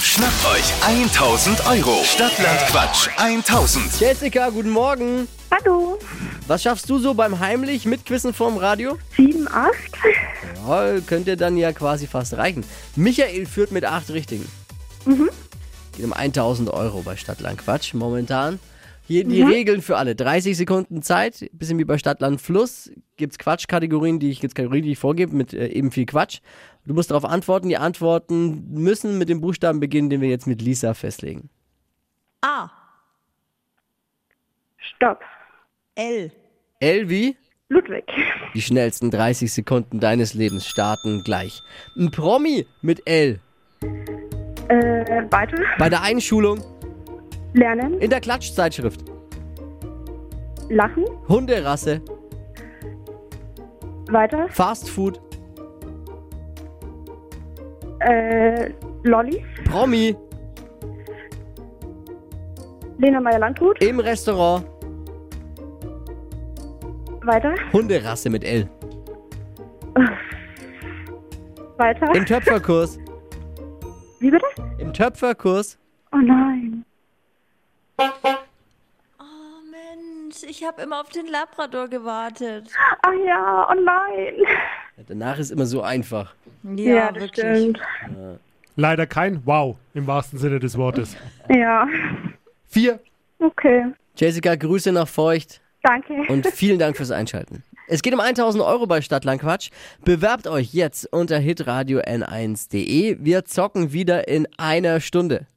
Schnappt euch 1000 Euro. Stadtland Quatsch 1000. Jessica, guten Morgen. Hallo, Was schaffst du so beim heimlich Mitquissen vorm Radio? 7, 8. Ja, könnte dann ja quasi fast reichen. Michael führt mit acht Richtigen. Mhm. Geht um 1000 Euro bei Stadtland Quatsch momentan. Hier die Regeln für alle. 30 Sekunden Zeit, bisschen wie bei Stadtland Fluss. Gibt's Quatschkategorien, die ich jetzt Kategorien, die ich vorgebe, mit äh, eben viel Quatsch. Du musst darauf antworten. Die Antworten müssen mit dem Buchstaben beginnen, den wir jetzt mit Lisa festlegen. A. Stopp. L. Elvi? Ludwig. Die schnellsten 30 Sekunden deines Lebens starten gleich. Ein Promi mit L. Äh, weiter. Bei der Einschulung, Lernen. in der Klatschzeitschrift, Lachen. Hunderasse, Weiter. Fastfood, Äh, Lolli. Promi, Lena Meyer-Landrut. im Restaurant, Weiter. Hunderasse mit L. Weiter. Im Töpferkurs, Wie bitte? im Töpferkurs, Oh nein. Oh Mensch, ich habe immer auf den Labrador gewartet. Ach ja, oh nein. danach ist immer so einfach. Ja, das wirklich. stimmt. Leider kein Wow im wahrsten Sinne des Wortes. Ja, Vier. okay. Jessica, Grüße nach Feucht Danke. und vielen Dank fürs Einschalten. Es geht um 1000 Euro bei Stadtlandquatsch. Bewerbt euch jetzt unter hitradio n1.de. Wir zocken wieder in einer Stunde.